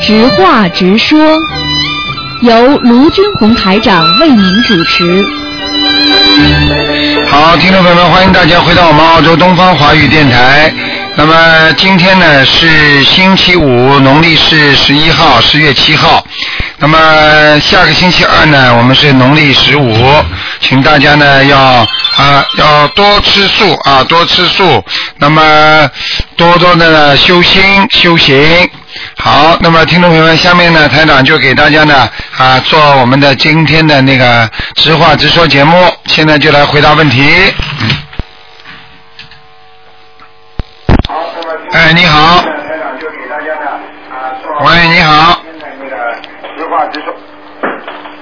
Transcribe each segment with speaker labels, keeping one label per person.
Speaker 1: 直话直说，由卢军红台长为您主持。
Speaker 2: 好，听众朋友们，欢迎大家回到我们澳洲东方华语电台。那么今天呢是星期五，农历是十一号，十月七号。那么下个星期二呢，我们是农历十五，请大家呢要啊、要多吃素啊，多吃素。那么多多的修心修行。好，那么听众朋友们，下面呢台长就给大家呢啊做我们的今天的那个直话直说节目，现在就来回答问题。哎，你好。喂，你好。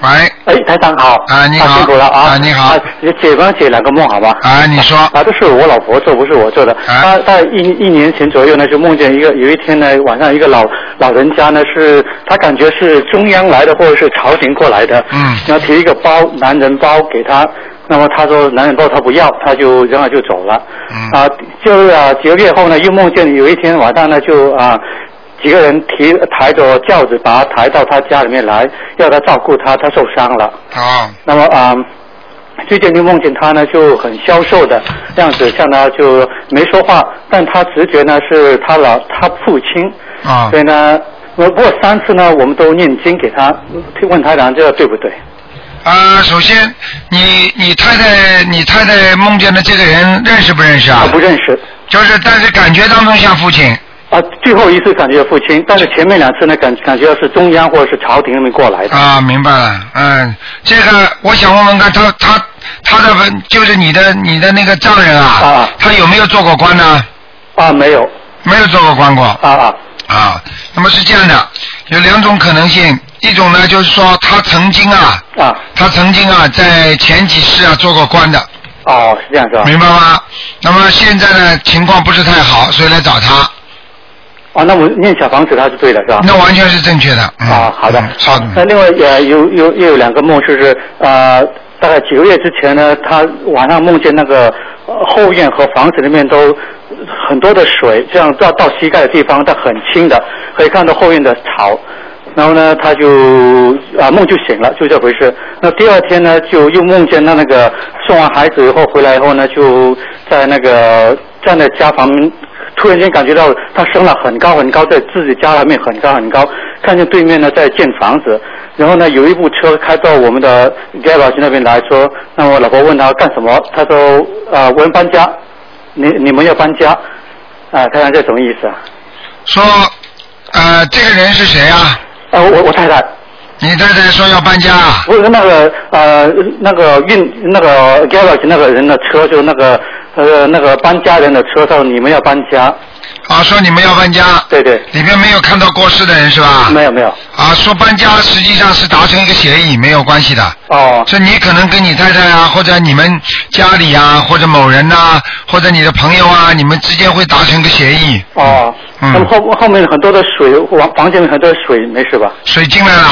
Speaker 2: 喂，
Speaker 3: 哎，台长好
Speaker 2: 啊你好
Speaker 3: 辛苦了啊，
Speaker 2: 啊你好
Speaker 3: 啊，你解帮解两个梦好吗？
Speaker 2: 啊，你说，
Speaker 3: 啊，都是我老婆做，不是我做的。她在一一年前左右呢，就梦见一个有一天呢，晚上一个老老人家呢，是她感觉是中央来的或者是朝廷过来的，
Speaker 2: 嗯
Speaker 3: 然后提一个包男人包给她，那么她说男人包她不要，她就然后就走了。
Speaker 2: 嗯，
Speaker 3: 啊，就是啊，几个月后呢，又梦见有一天晚上呢，就啊，几个人提抬着轿子把他抬到他家里面来，要他照顾他，他受伤了。
Speaker 2: 好，
Speaker 3: 那么啊、最近就梦见他呢就很消瘦的样子，像他就没说话，但他直觉呢是他老他父亲，
Speaker 2: 啊
Speaker 3: 所，以呢，我不过三次呢我们都念经给他，问他俩这对不对？
Speaker 2: 啊，首先，你你太太你太太梦见的这个人认识不认识啊
Speaker 3: 他？不认识。
Speaker 2: 就是，但是感觉当中像父亲，
Speaker 3: 啊，最后一次感觉父亲，但是前面两次呢，感感觉是中央或者是朝廷那边过来的。
Speaker 2: 啊，明白了，嗯，这个我想问问看，他他他的文就是你的你的那个丈人啊
Speaker 3: 啊，
Speaker 2: 他有没有做过官呢？
Speaker 3: 啊，没有，
Speaker 2: 没有做过官过
Speaker 3: 啊啊，
Speaker 2: 啊。那么是这样的，有两种可能性，一种呢就是说他曾经啊，
Speaker 3: 啊，
Speaker 2: 他曾经啊在前几世啊做过官的，
Speaker 3: 哦，是这样是吧？
Speaker 2: 明白吗？那么现在呢情况不是太好，所以来找他，
Speaker 3: 啊，那我念小房子他是对的是吧？
Speaker 2: 那完全是正确的。嗯、
Speaker 3: 啊，好的
Speaker 2: 嗯好。
Speaker 3: 那
Speaker 2: 的。
Speaker 3: 另外呃，有有又有两个梦，就是呃，大概几个月之前呢，他晚上梦见那个呃后院和房子里面都很多的水，这样到到膝盖的地方，但很清的，可以看到后院的草。然后呢，他就啊梦就醒了，就这回事。那第二天呢，就又梦见他那个送完孩子以后回来以后呢，就在那个站在家旁边突然间感觉到他升了很高很高，在自己家里面很高很高，看见对面呢在建房子，然后呢有一部车开到我们的 garage 那边来说，那我老婆问他干什么，他说啊、呃我们搬家，你你们要搬家，啊、太太这什么意思啊？
Speaker 2: 说，呃，这个人是谁啊？
Speaker 3: 啊、我我太太，
Speaker 2: 你太太说要搬家啊？
Speaker 3: 不是那个呃那个运那个 garage 那个人的车，就是那个呃那个搬家人的车，他说你们要搬家，
Speaker 2: 啊，说你们要搬家，
Speaker 3: 对对，
Speaker 2: 里边没有看到过世的人是吧？
Speaker 3: 没有没有，
Speaker 2: 啊，说搬家实际上是达成一个协议，没有关系的。
Speaker 3: 哦
Speaker 2: 这你可能跟你太太啊，或者你们家里啊，或者某人呐、或者你的朋友啊，你们之间会达成一个协议。
Speaker 3: 哦，
Speaker 2: 嗯
Speaker 3: 那么后后面很多的水，房房间里很多的水，没事吧？
Speaker 2: 水进来了，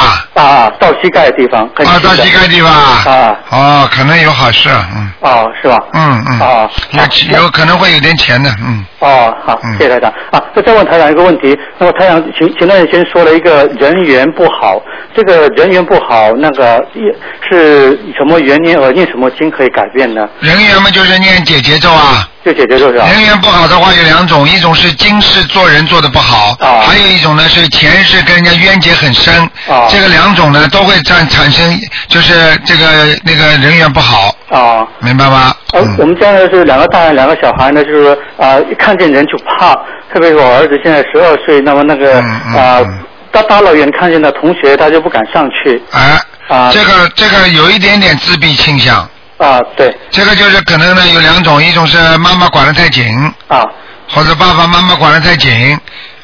Speaker 3: 啊，到膝盖的地方，很
Speaker 2: 啊，到
Speaker 3: 细的
Speaker 2: 膝盖地方。
Speaker 3: 啊，
Speaker 2: 哦，可能有好事，嗯
Speaker 3: 哦，是吧？
Speaker 2: 嗯嗯。
Speaker 3: 啊
Speaker 2: 有有可能会有点钱的，嗯。
Speaker 3: 哦，好
Speaker 2: 嗯，
Speaker 3: 谢谢台长。啊，那再问台长一个问题。那么台长前前段时间说了一个人缘不好，这个人缘不好，那个一是什么原因而念什么经可以改变呢？
Speaker 2: 人缘嘛，就是念解结咒啊。
Speaker 3: 就解决就是吧？
Speaker 2: 人缘不好的话有两种，一种是今世做人做的不好，
Speaker 3: 啊
Speaker 2: 还有一种呢是前世跟人家冤结很深，
Speaker 3: 啊
Speaker 2: 这个两种呢都会产产生就是这个那个人缘不好，
Speaker 3: 啊。
Speaker 2: 明白吗？嗯
Speaker 3: 呃，我们家呢是两个大人，两个小孩呢，就是说啊、一看见人就怕，特别是我儿子现在十二岁，那么那个
Speaker 2: 嗯嗯
Speaker 3: 啊、
Speaker 2: 嗯
Speaker 3: 大大老远看见的同学，他就不敢上去
Speaker 2: 哎、
Speaker 3: 啊
Speaker 2: 这个这个有一点点自闭倾向，
Speaker 3: 啊、对
Speaker 2: 这个就是可能呢有两种，一种是妈妈管得太紧，
Speaker 3: 啊
Speaker 2: 或者爸爸妈妈管得太紧。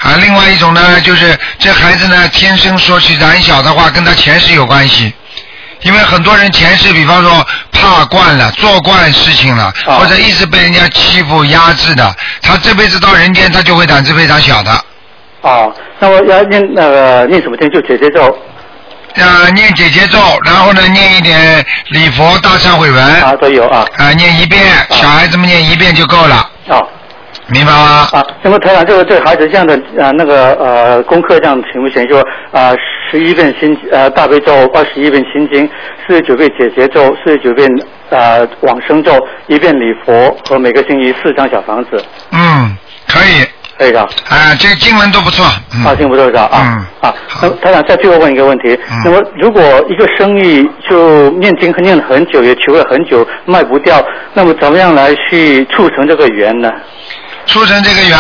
Speaker 2: 啊，另外一种呢，就是这孩子呢，天生说起胆小的话，跟他前世有关系，因为很多人前世，比方说怕惯了，做惯事情了，
Speaker 3: 啊
Speaker 2: 或者一直被人家欺负压制的，他这辈子到人间，他就会胆子非常小的。
Speaker 3: 啊，那我要念那个念什么经就姐姐咒
Speaker 2: 呃，念姐姐咒，然后呢，念一点礼佛大忏悔文，
Speaker 3: 啊
Speaker 2: 啊、
Speaker 3: 都有啊
Speaker 2: 念一遍，小孩子们念一遍就够了。
Speaker 3: 啊
Speaker 2: 明白吗？
Speaker 3: 啊，那么台长，这个对孩子这样的呃那个呃功课这样行不行？就啊十一遍心呃大悲咒，二十一遍心经，四十九遍解结咒，四十九遍呃往生咒，一遍礼佛和每个星期四张小房子，
Speaker 2: 嗯，可以，
Speaker 3: 可以吧？
Speaker 2: 啊，这个经文都不错，嗯，
Speaker 3: 啊，幸福多少啊？啊，那台长再最后问一个问题，
Speaker 2: 嗯
Speaker 3: 那么如果一个生意就念经念了很久，也求了很久卖不掉，那么怎么样来去促成这个缘呢？
Speaker 2: 促成这个缘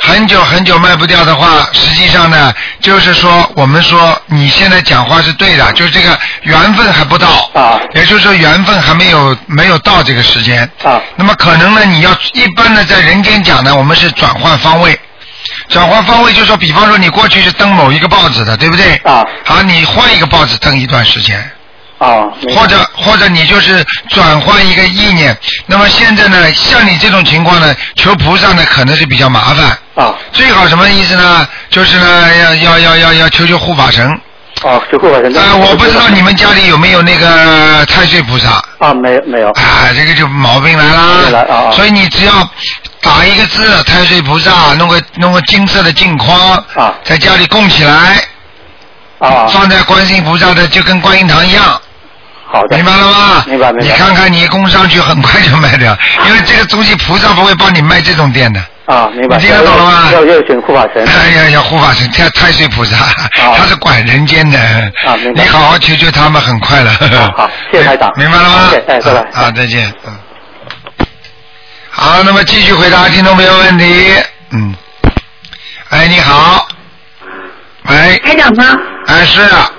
Speaker 2: 很久很久卖不掉的话，实际上呢，就是说我们说你现在讲话是对的，就是这个缘分还不到，
Speaker 3: 啊
Speaker 2: 也就是说缘分还没有没有到这个时间。
Speaker 3: 啊
Speaker 2: 那么可能呢，你要一般的在人间讲呢，我们是转换方位。转换方位就是说，比方说你过去是登某一个报纸的，对不对？
Speaker 3: 啊
Speaker 2: 好，你换一个报纸登一段时间，
Speaker 3: 啊，明白
Speaker 2: 或者或者你就是转换一个意念。那么现在呢，像你这种情况呢，求菩萨呢可能是比较麻烦。
Speaker 3: 啊
Speaker 2: 最好什么意思呢？就是呢，要要要要要求求护法神。
Speaker 3: 哦，学会了。现在
Speaker 2: 呃，我不知道你们家里有没有那个太岁菩萨
Speaker 3: 啊，没没有
Speaker 2: 啊，这个就毛病来
Speaker 3: 毛病来啊
Speaker 2: 啦。
Speaker 3: 啊
Speaker 2: 所以你只要打一个字太岁菩萨，弄个弄个金色的镜框
Speaker 3: 啊，
Speaker 2: 在家里供起来，
Speaker 3: 啊，
Speaker 2: 放在观世音菩萨的就跟观音堂一样。
Speaker 3: 好的，
Speaker 2: 明白了吗？
Speaker 3: 明白明白
Speaker 2: 你看看你供上去，很快就卖掉，因为这个东西菩萨不会帮你卖这种店的。
Speaker 3: 啊，明白。
Speaker 2: 你听得懂了吗
Speaker 3: 要要请护法 神。
Speaker 2: 哎呀，要护法神，太太岁菩萨，他是管人间的。
Speaker 3: 啊明
Speaker 2: 你
Speaker 3: 白
Speaker 2: 好好求求他们，很快了。
Speaker 3: 好谢谢台长
Speaker 2: 明白了吗？
Speaker 3: 谢谢哎拜拜
Speaker 2: 啊，再见。嗯。好，那么继续回答听众朋友问题。嗯。哎，你好。喂，
Speaker 4: 台长吗？
Speaker 2: 哎是啊，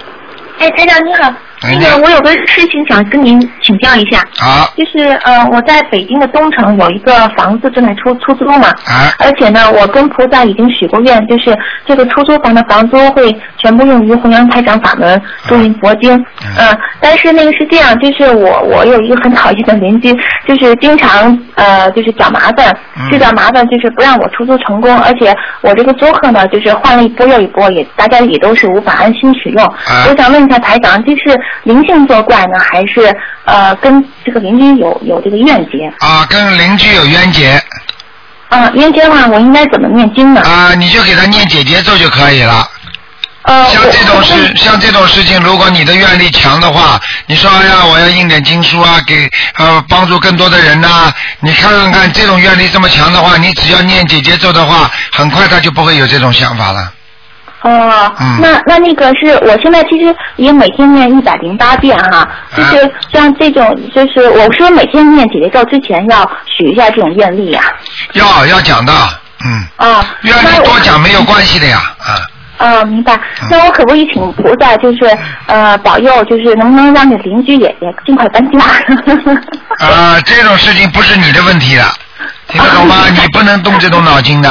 Speaker 4: 哎，台长你好，
Speaker 2: 哎
Speaker 4: 那
Speaker 2: 你好
Speaker 4: 个我有个事情想跟您请教一下，
Speaker 2: 好，
Speaker 4: 就是呃我在北京的东城有一个房子正在出出租嘛，
Speaker 2: 哎
Speaker 4: 而且呢我跟菩萨已经许过愿，就是这个出租房的房租会全部用于弘扬开讲法门、助印佛经，
Speaker 2: 嗯
Speaker 4: 嗯、但是那个是这样，就是我我有一个很讨厌的邻居，就是经常呃就是找麻烦
Speaker 2: 嗯，
Speaker 4: 这找麻烦就是不让我出租成功，而且我这个租客呢就是换了一波又一波，也大家也都是无法安心使用，
Speaker 2: 啊
Speaker 4: 我想问一下台长，这是灵性作怪呢，还是呃跟这个邻居有有这个怨结？
Speaker 2: 啊，跟邻居有冤结
Speaker 4: 啊、冤结的话，我应该怎么念经呢？
Speaker 2: 啊，你就给他念姐姐咒就可以了。
Speaker 4: 呃，
Speaker 2: 像
Speaker 4: 我
Speaker 2: 这种
Speaker 4: 我
Speaker 2: 事，像这种事情，如果你的愿力强的话，你说哎呀，我要印点经书啊，给呃帮助更多的人呐、你看看看，这种愿力这么强的话，你只要念姐姐咒的话，很快他就不会有这种想法了。
Speaker 4: 哦，
Speaker 2: 嗯
Speaker 4: 那那那个是我现在其实也每天念一百零八遍哈、
Speaker 2: 嗯
Speaker 4: 就是像这种，就是我说每天念姐姐咒之前要许一下这种愿力呀、
Speaker 2: 要要讲的，嗯，
Speaker 4: 啊。哦，
Speaker 2: 愿
Speaker 4: 那
Speaker 2: 力
Speaker 4: 我
Speaker 2: 多讲嗯没有关系的呀，啊，
Speaker 4: 哦，明白。那我可不可以请菩萨，就是
Speaker 2: 嗯
Speaker 4: 呃保佑，就是能不能让这邻居也也尽快搬家？
Speaker 2: 啊，这种事情不是你的问题了，听得懂吗？
Speaker 4: 啊
Speaker 2: 你不能动这种脑筋的，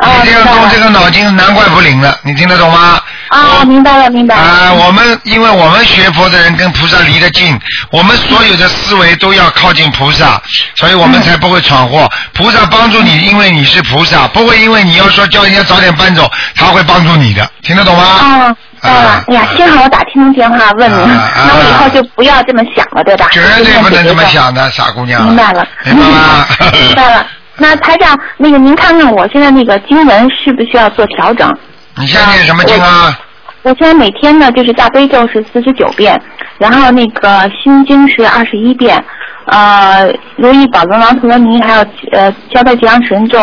Speaker 2: 你
Speaker 4: 啊，
Speaker 2: 这样
Speaker 4: 明白
Speaker 2: 动
Speaker 4: 了
Speaker 2: 这个脑筋，难怪不灵了，你听得懂吗？
Speaker 4: 啊，明白了，明白了。
Speaker 2: 啊、我们因为我们学佛的人跟菩萨离得近，我们所有的思维都要靠近菩萨，所以我
Speaker 4: 嗯
Speaker 2: 们才不会闯祸。菩萨帮助你，因为你是菩萨，不会因为你要说叫人家早点搬走，他会帮助你的，听得懂吗？
Speaker 4: 啊，对了，哎呀，幸好我打听通电话问您，
Speaker 2: 啊啊
Speaker 4: 那我以后就不要这么想了，对吧？
Speaker 2: 绝对不能这么想的，傻姑娘。
Speaker 4: 明白了，
Speaker 2: 明白吗？
Speaker 4: 明白了。那台长，那个您看看我现在那个经文需不需要做调整？
Speaker 2: 你现在念什么经啊？
Speaker 4: 我现在每天呢就是大悲咒是四十九遍，然后那个心经是二十一遍，呃，如意宝轮王陀罗尼还有呃消灾吉祥神咒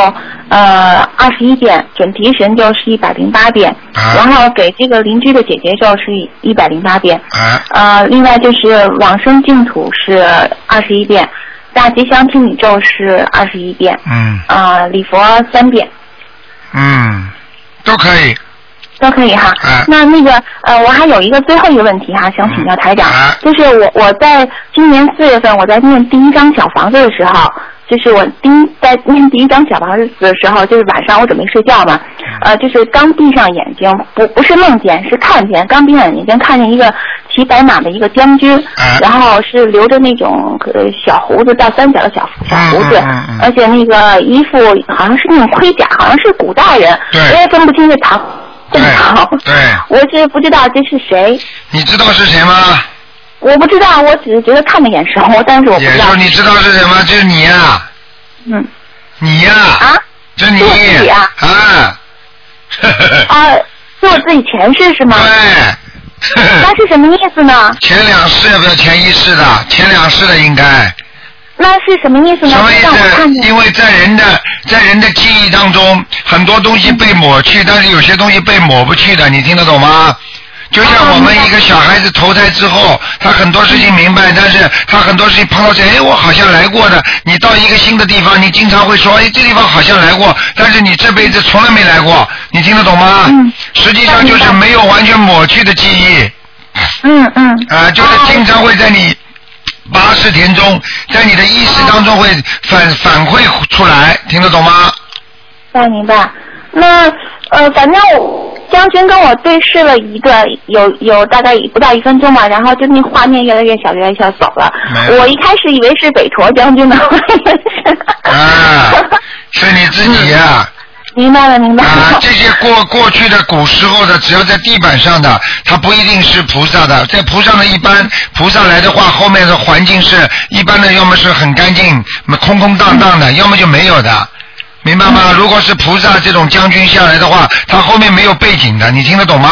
Speaker 4: 呃二十一遍，准提神咒是一百零八遍，
Speaker 2: 啊
Speaker 4: 然后给这个邻居的姐姐咒是一百零八遍，
Speaker 2: 啊
Speaker 4: 呃，另外就是往生净土是二十一遍，大吉祥天女咒是二十一遍，
Speaker 2: 嗯
Speaker 4: 呃，礼佛三遍。
Speaker 2: 嗯，都可以。
Speaker 4: 都可以哈。
Speaker 2: 哎
Speaker 4: 那那个呃，我还有一个最后一个问题哈，想请教台长，
Speaker 2: 嗯哎
Speaker 4: 就是我我在今年四月份我在念第一张小房子的时候。就是我第一在念第一张小房子的时候，就是晚上我准备睡觉嘛，
Speaker 2: 嗯
Speaker 4: 呃，就是刚闭上眼睛，不不是梦见，是看见，刚闭上眼睛看见一个骑白马的一个将军，
Speaker 2: 哎
Speaker 4: 然后是留着那种呃小胡子到三角的小小胡子，
Speaker 2: 嗯嗯嗯嗯
Speaker 4: 而且那个衣服好像是那种盔甲，好像是古代人，
Speaker 2: 对
Speaker 4: 我也分不清是唐
Speaker 2: 对
Speaker 4: 正好，
Speaker 2: 对，
Speaker 4: 我是不知道这是谁，
Speaker 2: 你知道是谁吗？
Speaker 4: 我不知道，我只是觉得看着眼熟，但是我不
Speaker 2: 也
Speaker 4: 知
Speaker 2: 就
Speaker 4: 道
Speaker 2: 是。你知道是谁吗？就是你呀、
Speaker 4: 嗯
Speaker 2: 你呀、
Speaker 4: 啊
Speaker 2: 是你
Speaker 4: 是我自己啊
Speaker 2: 啊，
Speaker 4: 啊，是我自己前世是吗？
Speaker 2: 对，
Speaker 4: 那是什么意思呢？
Speaker 2: 前两世要不要前一世的？前两世的应该。
Speaker 4: 那是什么意思呢？
Speaker 2: 什么意
Speaker 4: 让我看
Speaker 2: 思？
Speaker 4: 见
Speaker 2: 因为在人的在人的记忆当中，很多东西被抹去，
Speaker 4: 嗯
Speaker 2: 但是有些东西被抹不去的，你听得懂吗？就像我们一个小孩子投胎之后，他很多事情明
Speaker 4: 嗯
Speaker 2: 白，但是他很多事情碰到这，哎，我好像来过的。你到一个新的地方，你经常会说，哎，这地方好像来过，但是你这辈子从来没来过，你听得懂吗？
Speaker 4: 嗯
Speaker 2: 实际上就是没有完全抹去的记忆。
Speaker 4: 嗯嗯。
Speaker 2: 啊，就是经常会在你八十田中，在你的意识当中会反反馈出来，听得懂吗？
Speaker 4: 哦，明白。那呃，反正我将军跟我对视了一个有有大概不到一分钟吧，然后就那画面越来越小，越来越小，走了
Speaker 2: 没。有
Speaker 4: 我一开始以为是北陀将军呢，
Speaker 2: 啊，是你自己呀、
Speaker 4: 明白了，明
Speaker 2: 啊！
Speaker 4: 白了。
Speaker 2: 这些过过去的古时候的，只要在地板上的，它不一定是菩萨的。在菩萨的一般，菩萨来的话，后面的环境是一般的，要么是很干净、空空荡荡的，要么就没有的。明白吗？如果是菩萨这种将军下来的话，他后面没有背景的，你听得懂吗？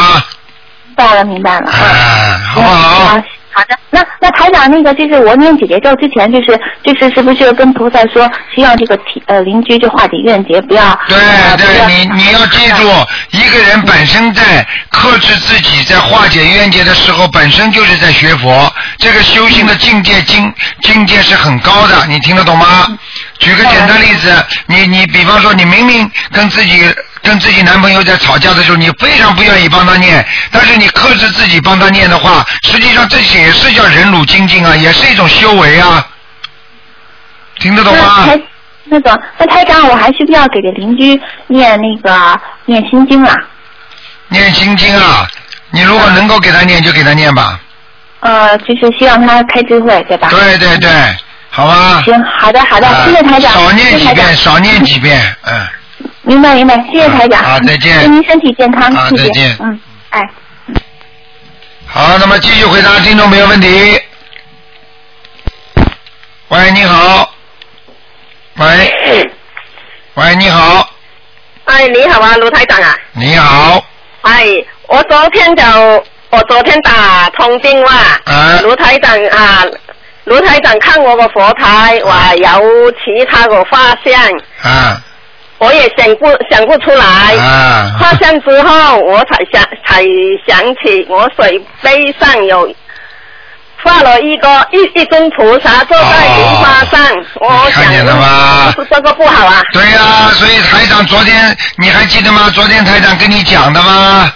Speaker 4: 明白了，明白了。
Speaker 2: 哎， 好不好？
Speaker 4: 啊好的，那那台长，那个就是我念姐姐咒之前，就是就是是不是跟菩萨说，希望这个体呃邻居就化解怨结，不要
Speaker 2: 对
Speaker 4: 呃不
Speaker 2: 对，
Speaker 4: 要哎
Speaker 2: 你你要记住，一个人本身在克制自己，在化解冤结的时候，本身就是在学佛。这个修行的境界境境界是很高的，你听得懂吗？
Speaker 4: 嗯
Speaker 2: 举个简单例子，你你比方说，你明明跟自己跟自己男朋友在吵架的时候，你非常不愿意帮他念，但是你克制自己帮他念的话，实际上这也是叫忍辱精进啊，也是一种修为啊。听得懂吗？
Speaker 4: 那台那个那台长，我还需不需要给这邻居念那个念心经啊？
Speaker 2: 念心经啊，你如果能够给他念，就给他念吧。
Speaker 4: 呃，就是希望他开智慧，对吧？
Speaker 2: 对对对，好吧。
Speaker 4: 行，好的好的，
Speaker 2: 啊
Speaker 4: 谢谢台长，
Speaker 2: 少念
Speaker 4: 谢谢
Speaker 2: 几
Speaker 4: 台长
Speaker 2: 遍，少念几遍，嗯。
Speaker 4: 明白明白，谢谢台长。
Speaker 2: 啊再见
Speaker 4: 祝您身体健康，
Speaker 2: 啊
Speaker 4: 谢谢。
Speaker 2: 再见
Speaker 4: 嗯，哎。
Speaker 2: 好，那么继续回答听众朋友问题。喂，你好。喂。喂，你好，
Speaker 5: 哎，你好啊，卢台长啊。
Speaker 2: 你好，
Speaker 5: 哎，我昨天就我昨天打通电话，
Speaker 2: 啊
Speaker 5: 卢台长啊，卢台长看我个佛台，
Speaker 2: 啊
Speaker 5: 我有其他个画像，
Speaker 2: 啊
Speaker 5: 我也想不想不出
Speaker 4: 哎
Speaker 5: 来。
Speaker 2: 啊，
Speaker 5: 画像之后，我才想才想起我水杯上有画了一个一一尊菩萨坐
Speaker 2: 哦
Speaker 5: 在莲花上，我
Speaker 2: 你看见
Speaker 5: 想
Speaker 2: 了吗
Speaker 5: 这个不好啊。
Speaker 2: 对呀、所以台长昨天你还记得吗？昨天台长跟你讲的吗？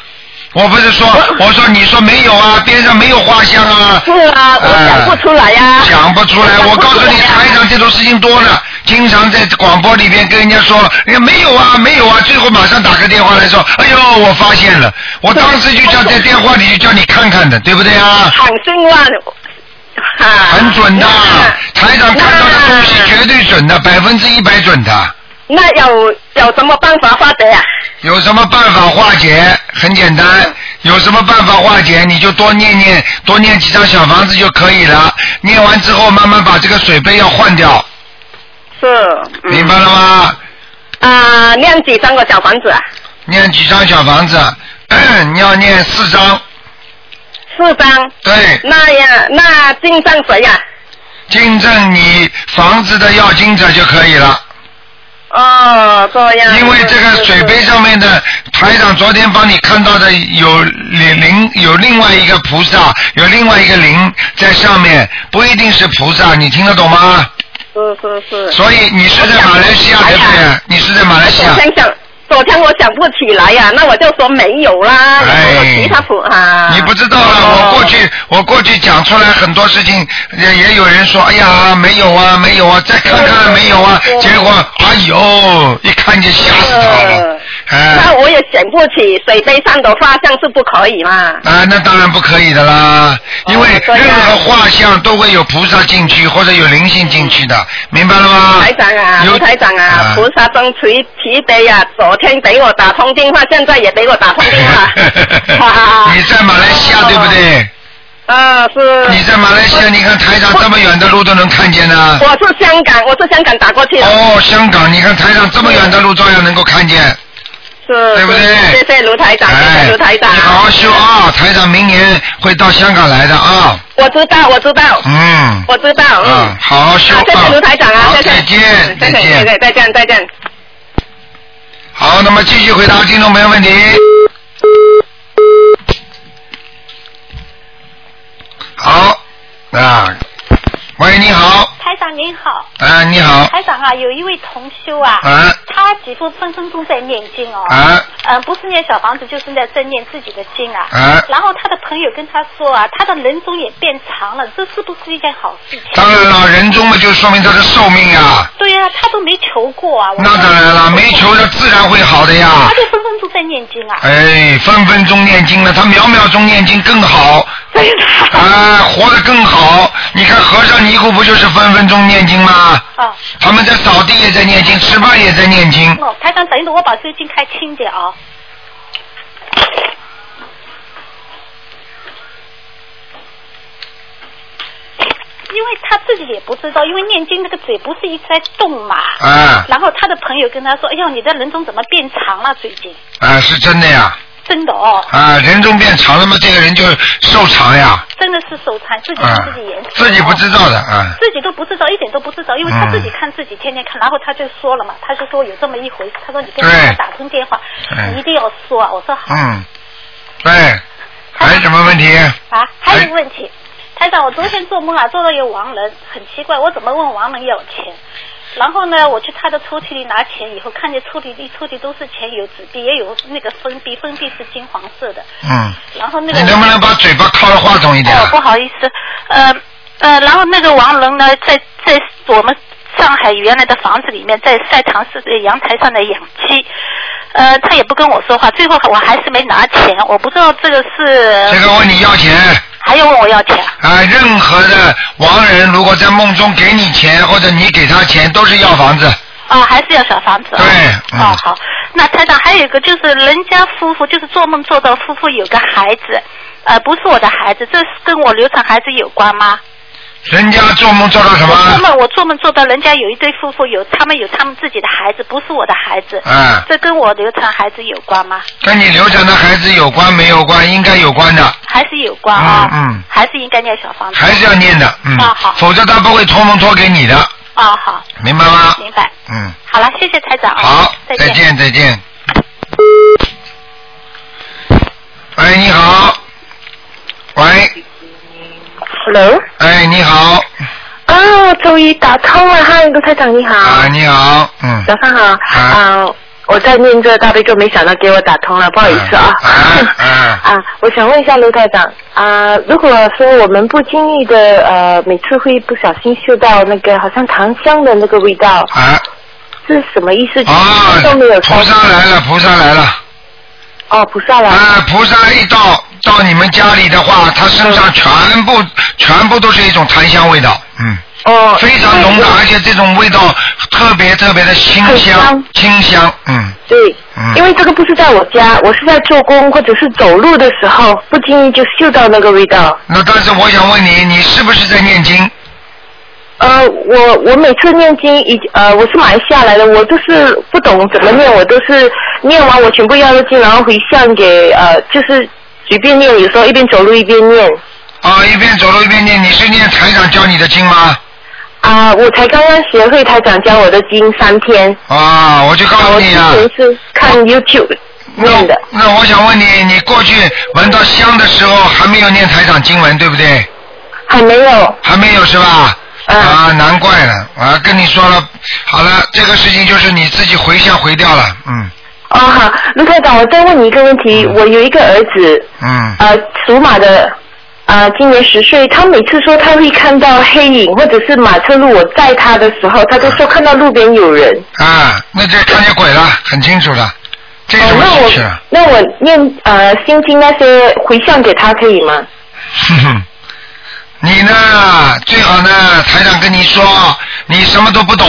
Speaker 2: 我不是说，我说你说没有啊，边上没有画像啊，
Speaker 5: 是啊，我想不出来呀、
Speaker 2: 讲啊不出来。
Speaker 5: 想
Speaker 2: 我告诉你，
Speaker 5: 出来啊
Speaker 2: 台长这种事情多了，经常在广播里边跟人家说，人家没有啊，没有啊，最后马上打个电话来说，哎呦，我发现了，我当时就叫在电话里就叫你看看的，对不对啊？
Speaker 5: 喊声啊，啊
Speaker 2: 很准的
Speaker 5: 那，
Speaker 2: 台长看到的东西绝啊对啊准的，百分之一百准的。
Speaker 5: 那有有什么办法化解啊？
Speaker 2: 有什么办法化解？很简单，有什么办法化解？你就多念念，多念几张小房子就可以了。念完之后，慢慢把这个水杯要换掉，
Speaker 5: 是，嗯
Speaker 2: 明白了吗？
Speaker 5: 啊，念几张个小房子啊？
Speaker 2: 念几张小房子？ 你要念四张，
Speaker 5: 四张。
Speaker 2: 对，
Speaker 5: 那呀，那敬上谁呀、
Speaker 2: 订正你房子的要经者就可以了。
Speaker 5: 哦，这样。
Speaker 2: 因为这个水杯上面的台长昨天帮你看到的有灵灵有另外一个菩萨，有另外一个灵在上面，不一定是菩萨，你听得懂吗？
Speaker 5: 是是是。是
Speaker 2: 所以你是在马来西亚对不
Speaker 5: 哎
Speaker 2: 对
Speaker 5: 呀？
Speaker 2: 你是在马来西
Speaker 5: 昨
Speaker 2: 亚。
Speaker 5: 天想，昨天我想不起来呀、那我就说没有啦，
Speaker 2: 哎
Speaker 5: 有其他谱啊。
Speaker 2: 你不知道了，
Speaker 5: 哦
Speaker 2: 我过去我过去讲出来很多事情，也也有人说，哎呀，没有啊，没有啊，再看
Speaker 5: 嗯
Speaker 2: 看没有啊，
Speaker 5: 对
Speaker 2: 结果哎呦，一看就吓死他了
Speaker 5: 嗯，
Speaker 2: 哎，
Speaker 5: 那我也想不起水杯上的画像是不可以嘛？
Speaker 2: 啊，那当然不可以的啦，因为
Speaker 5: 哦对呀
Speaker 2: 任何画像都会有菩萨进去或者有灵性进去的，明白了吗？
Speaker 5: 台长啊，
Speaker 2: 有
Speaker 5: 卢台长啊，菩萨真慈慈悲啊！昨天给我打
Speaker 2: 。
Speaker 5: 通电话，现在也给我打通电话
Speaker 2: 你在马来西亚对不？对？
Speaker 5: 啊，是。
Speaker 2: 你在马来西亚，你看台长这么远的路都能看见啊呢。
Speaker 5: 我是香港，我是香港打过去的。
Speaker 2: 哦，香港，你看台长这么远的路照样能够看见。
Speaker 5: 是，
Speaker 2: 对不对哎
Speaker 5: 是谢谢卢台长，谢谢卢台长。
Speaker 2: 你好好修啊！台长明年会到香港来的啊。
Speaker 5: 我知道，我知道，
Speaker 2: 嗯。
Speaker 5: 我知道。嗯
Speaker 2: 嗯，。好好修啊
Speaker 5: 啊！谢谢卢台长啊
Speaker 2: 好，
Speaker 5: 谢谢。
Speaker 2: 再见，
Speaker 5: 嗯再见，再见，再见，再见。
Speaker 2: 好，那么继续回答听众朋友问题。好，啊，喂，你好，
Speaker 6: 台长您好，
Speaker 2: 啊，你好，
Speaker 6: 台长啊，有一位同修啊，
Speaker 2: 啊
Speaker 6: 他几乎分分钟在念经哦，
Speaker 2: 啊
Speaker 6: 嗯，不是念小房子，就是在在念自己的经啊。
Speaker 2: 啊，
Speaker 6: 然后他的朋友跟他说啊，他的人中也变长了，这是不是一件好事情？
Speaker 2: 当然了，人中嘛就说明他的寿命啊，
Speaker 6: 对呀、他都没求过啊。我
Speaker 2: 那当然了，没求的自然会好的呀
Speaker 6: 他。就分分钟在念经 啊。
Speaker 2: 哎，分分钟念经了，他秒秒钟念经更好，
Speaker 6: 对的。
Speaker 2: 啊，活得更好。你看和尚尼姑不就是分分钟念经吗？
Speaker 6: 啊，
Speaker 2: 他们在扫地也在念经，吃饭也在念经。
Speaker 6: 哦，台长，等一等，我把这个经开轻点啊。因为他自己也不知道，因为念经那个嘴不是一直在动嘛。
Speaker 2: 啊
Speaker 6: 然后他的朋友跟他说：“哎呦，你的人中怎么变长了？最近
Speaker 2: 啊，是真的呀！
Speaker 6: 真的哦，
Speaker 2: 啊，人中变长了嘛，这个人就瘦长呀。
Speaker 6: 真的是手残，自己
Speaker 2: 啊
Speaker 6: 自己研究、，
Speaker 2: 自己不知道的啊。
Speaker 6: 自己都不知道，一点都不知道，因为
Speaker 2: 嗯
Speaker 6: 他自己看自己，天天看，然后他就说了嘛，他就说有这么一回，他说你跟
Speaker 2: 对
Speaker 6: 他打通电话
Speaker 2: 对，
Speaker 6: 你一定要说啊，我说好
Speaker 2: 嗯，对。还有什么问题？
Speaker 6: 啊。还
Speaker 2: 哎
Speaker 6: 有一个问题，台长，我昨天做梦啊，做到一个亡人，很奇怪，我怎么问亡人要钱？然后呢，我去他的抽屉里拿钱，以后看见抽屉一抽屉都是钱，有纸币，也有那个封闭，封闭是金黄色的。
Speaker 2: 嗯，
Speaker 6: 然后那个
Speaker 2: 你能不能把嘴巴靠着话筒一点？啊
Speaker 6: 哦，不好意思，呃呃，然后那个王伦呢，在在我们上海原来的房子里面，在晒堂室的阳台上的养鸡，呃，他也不跟我说话，最后我还是没拿钱，我不知道这个
Speaker 2: 这
Speaker 6: 是
Speaker 2: 个问你要钱
Speaker 6: 还要问我要钱啊，
Speaker 2: 啊！任何的亡人如果在梦中给你钱，或者你给他钱，都是要房子。
Speaker 6: 啊还是要小房子啊？
Speaker 2: 对嗯
Speaker 6: 哦好，那台长还有一个就是人家夫妇就是做梦做到夫妇有个孩子，呃，不是我的孩子，这是跟我流产孩子有关吗？
Speaker 2: 人家做梦做到什
Speaker 6: 我做
Speaker 2: 么？
Speaker 6: 梦，我做梦做到人家有一对夫妇有，他们有他们自己的孩子，不是我的孩子。
Speaker 2: 啊，
Speaker 6: 这跟我流产孩子有关吗？
Speaker 2: 跟你流产的孩子有关没有关？应该有关的。
Speaker 6: 还是有关啊？
Speaker 2: 嗯嗯
Speaker 6: 还是应该念小房子。
Speaker 2: 还是要念的，嗯，
Speaker 6: 啊好
Speaker 2: 否则他不会托梦托给你的，
Speaker 6: 哦，好，
Speaker 2: 明白吗？
Speaker 6: 明白。
Speaker 2: 嗯，
Speaker 6: 好了，谢谢台长啊。
Speaker 2: 好，
Speaker 6: 再
Speaker 2: 再见，再见。喂，你好。喂，
Speaker 7: Hello，
Speaker 2: 哎，你好，
Speaker 7: 哦，终于打通了，哈，卢台长你好，
Speaker 2: 啊，你好，嗯，
Speaker 7: 早上好，啊、我在念这大悲咒，没想到给我打通了，不好意思啊，
Speaker 2: 啊啊
Speaker 7: 啊，我想问一下卢台长，啊、如果说我们不经意的，呃，每次会不小心嗅到那个好像糖香的那个味道，
Speaker 2: 啊，
Speaker 7: 是什么意思？
Speaker 2: 啊
Speaker 7: 都没有，
Speaker 2: 菩萨来了，菩萨来了，
Speaker 7: 哦，菩萨来了，
Speaker 2: 啊，菩萨一到到你们家里的话，他身上全部全部都是一种檀香味道，嗯。
Speaker 7: 哦，
Speaker 2: 非常浓的，而且这种味道特别特别的清
Speaker 7: 很
Speaker 2: 香
Speaker 7: 香，
Speaker 2: 清香，嗯
Speaker 7: 对。
Speaker 2: 嗯。
Speaker 7: 因为这个不是在我家，我是在做工或者是走路的时候，不经意就嗅到那个味道。
Speaker 2: 那但是我想问你，你是不是在念经？
Speaker 7: 呃，我我每次念经以呃，我是马来西亚来的，我就是不懂怎么念，我都是念完我全部要的经，然后回向给呃，就是随便念，有时候一边走路一边念。
Speaker 2: 啊，一边走路一边念，你是念台长教你的经吗？
Speaker 7: 啊、我才刚刚学会台长教我的经三天，
Speaker 2: 啊，我就告
Speaker 7: 啊
Speaker 2: 诉
Speaker 7: 我之
Speaker 2: 你啊，
Speaker 7: 前是看 YouTube
Speaker 2: 那
Speaker 7: 念的，
Speaker 2: 那我想问你，你过去闻到香的时候还没有念台长经文，对不对？
Speaker 7: 还没有。哦
Speaker 2: 还没有是吧？
Speaker 7: 嗯
Speaker 2: 啊，难怪了，啊，跟你说了，好了，这个事情就是你自己回向回掉了，嗯
Speaker 7: 哦，好，卢台长，我再问你一个问题，我有一个儿子，
Speaker 2: 嗯，
Speaker 7: 呃，属马的，呃，今年十岁，他每次说他会看到黑影或者是马车路，我载他的时候，他都说看到路边有人。
Speaker 2: 啊，那这看见鬼了，很清楚了，这
Speaker 7: 哦
Speaker 2: 种
Speaker 7: 那
Speaker 2: 事
Speaker 7: 我
Speaker 2: 情啊。
Speaker 7: 那我念呃心经那些回向给他可以吗？
Speaker 2: 哼哼， 你呢？最好呢，台长跟你说，你什么都不懂。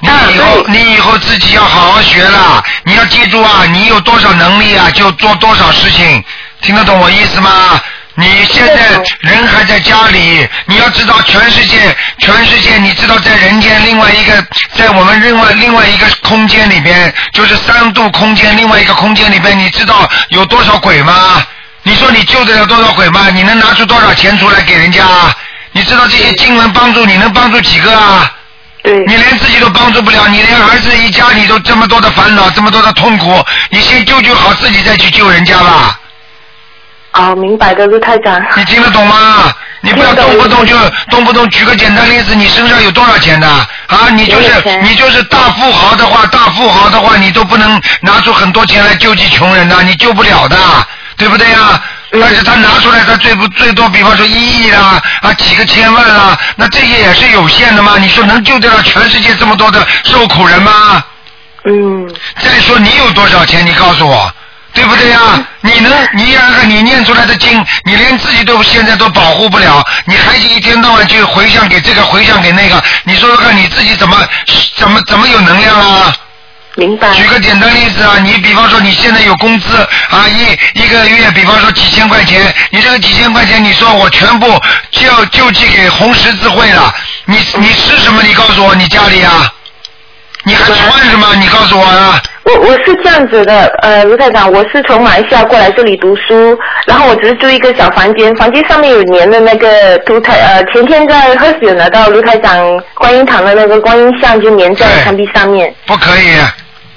Speaker 2: 你
Speaker 7: 啊
Speaker 2: 以后，
Speaker 7: 对
Speaker 2: 你以后自己要好好学了。你要记住啊，你有多少能力啊，就做多少事情，听得懂我意思吗？你现在人还在家里，你要知道全世界，全世界，你知道在人间另外一个，在我们另外另外一个空间里边，就是三度空间另外一个空间里边，你知道有多少鬼吗？你说你救得了多少鬼吗？你能拿出多少钱出来给人家？你知道这些经文帮助你能帮助几个啊？
Speaker 4: 对
Speaker 2: 你连自己都帮助不了，你连儿子一家你都这么多的烦恼，这么多的痛苦，你先救救好自己，再去救人家吧。
Speaker 4: 啊，明白的，陆太长。
Speaker 2: 你听得懂吗？你不要
Speaker 4: 听得懂
Speaker 2: 动不动就动不动举个简单例子，你身上有多少钱的啊？你就
Speaker 4: 没有
Speaker 2: 是
Speaker 4: 钱
Speaker 2: 你就是大富豪的话，大富豪的话，你都不能拿出很多钱来救济穷人的，你救不了的，对不对呀？
Speaker 4: 嗯
Speaker 2: 但是他拿出来，他最不最多，比方说一亿啦，啊几个千万啦，那这些也是有限的嘛。你说能救得了全世界这么多的受苦人吗？
Speaker 4: 嗯，
Speaker 2: 再说你有多少钱？你告诉我，对不对呀、你能，你然后你念出来的经，你连自己都现在都保护不了，你还一天到晚去回向给这个，回向给那个，你说说看你自己怎么怎么怎么有能量啊？
Speaker 4: 明白。
Speaker 2: 举个简单例子啊，你比方说你现在有工资啊，一一个月比方说几千块钱，你这个几千块钱，你说我全部就救济给红十字会了，你你吃什么？你告诉我，你家里啊？你还穿什么？你告诉我啊？
Speaker 4: 我我是这样子的，呃，卢太长，我是从马来西亚过来这里读书，然后我只是住一个小房间，房间上面有粘的那个卢太，呃，前天在 h e r 有拿到卢太长观音堂的那个观音像，就粘在
Speaker 2: 对
Speaker 4: 墙壁上面。
Speaker 2: 不可以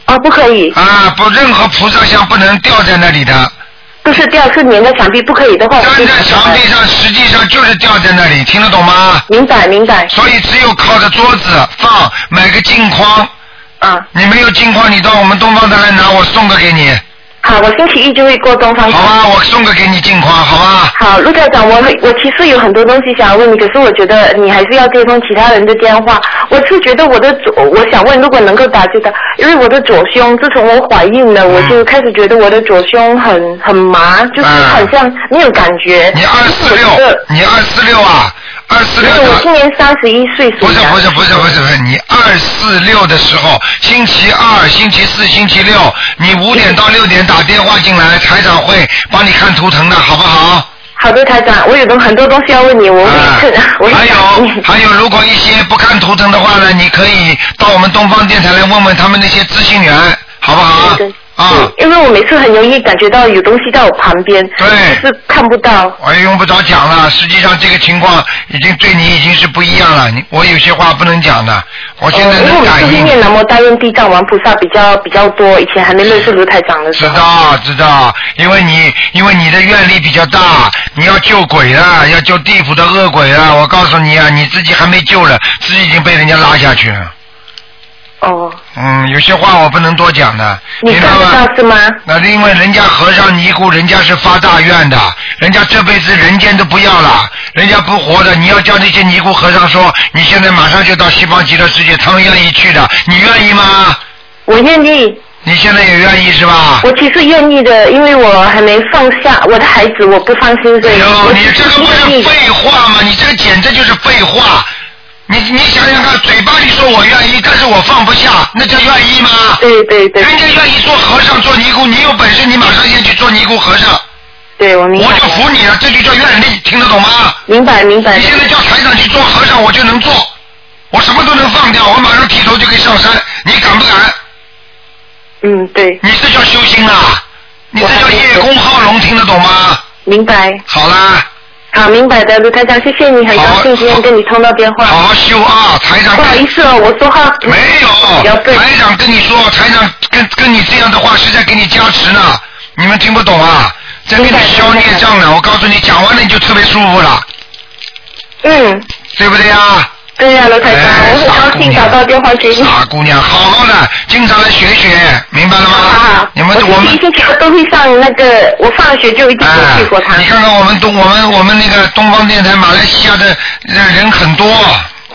Speaker 4: 啊，不可以，
Speaker 2: 啊！不，任何菩萨像不能吊在那里的，
Speaker 4: 不是掉，是粘在墙壁，不可以的话，我
Speaker 2: 粘
Speaker 4: 就
Speaker 2: 在墙壁上，实际上就是吊在那里，听得懂吗？
Speaker 4: 明白明白，
Speaker 2: 所以只有靠着桌子放，买个镜框。
Speaker 4: 啊，
Speaker 2: 你没有镜框，你到我们东方台来拿，我送个给你，
Speaker 4: 好，我星期一就会过东方
Speaker 2: 好啊吧？我送个给你镜框，好吧？
Speaker 4: 好，陆台长，我我其实有很多东西想要问你，可是我觉得你还是要接通其他人的电话。我是觉得我的左，我想问，如果能够打就打，因为我的左胸，自从我怀孕了，我就开始觉得我的左胸很很麻，就是
Speaker 2: 嗯
Speaker 4: 很像没有感觉。
Speaker 2: 你二四
Speaker 4: 就是我觉
Speaker 2: 六
Speaker 4: 得，
Speaker 2: 你二四六啊，二四
Speaker 4: 不
Speaker 2: 六
Speaker 4: 是我今
Speaker 2: 的。
Speaker 4: 年三十一岁，
Speaker 2: 不是
Speaker 4: 属羊
Speaker 2: 不是不是不是不是，你二四六的时候，星期二、星期四、星期六，你五点到六点打电话进来，台长会帮你看图腾的，好不好？
Speaker 4: 好的，台长，我有很多东西要问你，我会
Speaker 2: 啊
Speaker 4: 趁、我会
Speaker 2: 还
Speaker 4: 打
Speaker 2: 有
Speaker 4: 你
Speaker 2: 还有，如果一些不看图腾的话呢，你可以到我们东方电台来问问他们那些咨询员，好不好
Speaker 4: 对对？
Speaker 2: 啊，
Speaker 4: 嗯 因为我每次很容易感觉到有东西在我旁边，
Speaker 2: 对
Speaker 4: 就是看不到。
Speaker 2: 我也用不着讲了。实际上这个情况已经对你已经是不一样了。你我有些话不能讲的，我现在
Speaker 4: 呃因为哦我
Speaker 2: 能
Speaker 4: 们
Speaker 2: 感
Speaker 4: 这边
Speaker 2: 应。
Speaker 4: 念南无大愿地藏王菩萨比较比较多，以前还没认识卢台长的时
Speaker 2: 知
Speaker 4: 候。
Speaker 2: 道知道，因为你因为你的愿力比较大，你要救鬼了，要救地府的恶鬼了。我告诉你啊，你自己还没救了，自己已经被人家拉下去了。
Speaker 4: 哦，
Speaker 2: 嗯，有些话我不能多讲的，
Speaker 4: 你
Speaker 2: 明白
Speaker 4: 看
Speaker 2: 吗？
Speaker 4: 得到是吗？
Speaker 2: 那因为人家和尚尼姑，人家是发大愿的，人家这辈子人间都不要了，人家不活的。你要叫那些尼姑和尚说，你现在马上就到西方极乐世界，他们愿意去的，你愿意吗？
Speaker 4: 我愿意，
Speaker 2: 你现在也愿意是吧？
Speaker 4: 我其实愿意的，因为我还没放下我的孩子，我不放心，所
Speaker 2: 哎
Speaker 4: 以
Speaker 2: 呦，
Speaker 4: 我
Speaker 2: 你这个不
Speaker 4: 愿
Speaker 2: 是
Speaker 4: 意。
Speaker 2: 废话吗？你这个简直就是废话！你你想想看，嘴巴里说我愿意，但是我放不下，那叫愿意吗？
Speaker 4: 对对对
Speaker 2: 人家愿意做和尚做尼姑，你有本事你马上先去做尼姑和尚，
Speaker 4: 对，我明白
Speaker 2: 我就
Speaker 4: 了，
Speaker 2: 服你了，这就叫愿力，听得懂吗？
Speaker 4: 明白明白
Speaker 2: 你。现在叫台长去做和尚，我就能做，我什么都能放掉，我马上剃头就可以上山，你敢不敢？
Speaker 4: 嗯，对，
Speaker 2: 你这叫修心啊！你这
Speaker 4: 我
Speaker 2: 叫
Speaker 4: 还没
Speaker 2: 叶公好龙，听得懂吗？
Speaker 4: 明白。
Speaker 2: 好啦，
Speaker 4: 好，明白的，卢台长，谢谢你，很高兴今天跟你通到电
Speaker 2: 好
Speaker 4: 话。
Speaker 2: 好修啊！台长
Speaker 4: 不好意思哦，我说话
Speaker 2: 没
Speaker 4: 比较
Speaker 2: 有，
Speaker 4: 笨。
Speaker 2: 台长跟你说，台长跟跟你这样的话是在给你加持呢，你们听不懂啊？在给
Speaker 4: 明
Speaker 2: 你
Speaker 4: 白
Speaker 2: 消孽障呢。我告诉你，讲完了你就特别舒服了，
Speaker 4: 嗯，
Speaker 2: 对不对啊？
Speaker 4: 对呀、卢台长，
Speaker 2: 哎
Speaker 4: 我很高兴
Speaker 2: 傻姑娘
Speaker 4: 打到电话给你。
Speaker 2: 傻姑娘，好好的，经常来学学，明白了吗？
Speaker 4: 啊，
Speaker 2: 你们我
Speaker 4: 我
Speaker 2: 们
Speaker 4: 星期一星期二都会上那个，我放了学就一定
Speaker 2: 哎
Speaker 4: 会去佛堂。
Speaker 2: 你看看我们东我们我们那个东方电台马来西亚的人人很多。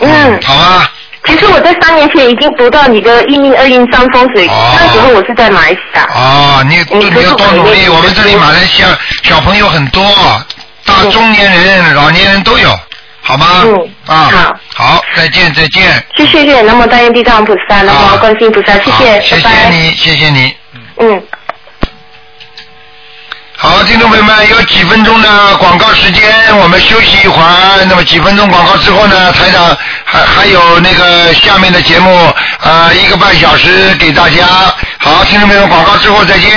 Speaker 4: 嗯
Speaker 2: 好吧，
Speaker 4: 其实我在三年前已经读到你的一命二运三风水，
Speaker 2: 哦
Speaker 4: 那时候我是在马来西亚。
Speaker 2: 哦，你
Speaker 4: 嗯
Speaker 2: 你要多努力。我们这里马来西亚小朋友很多，大
Speaker 4: 嗯
Speaker 2: 中年人、老年人都有，好吗？
Speaker 4: 嗯
Speaker 2: 啊，好，再见，再见。
Speaker 4: 谢谢谢谢，南无大愿地藏王菩萨，南
Speaker 2: 啊
Speaker 4: 无观世音菩萨，谢嗯
Speaker 2: 好
Speaker 4: 谢，
Speaker 2: 谢
Speaker 4: 拜
Speaker 2: 谢
Speaker 4: 拜。
Speaker 2: 你，谢谢你。
Speaker 4: 嗯。
Speaker 2: 好，听众朋友们，有几分钟的广告时间，我们休息一会儿。那么几分钟广告之后呢，台长还还有那个下面的节目啊、呃一个半小时给大家。好，听众朋友们，广告之后再见。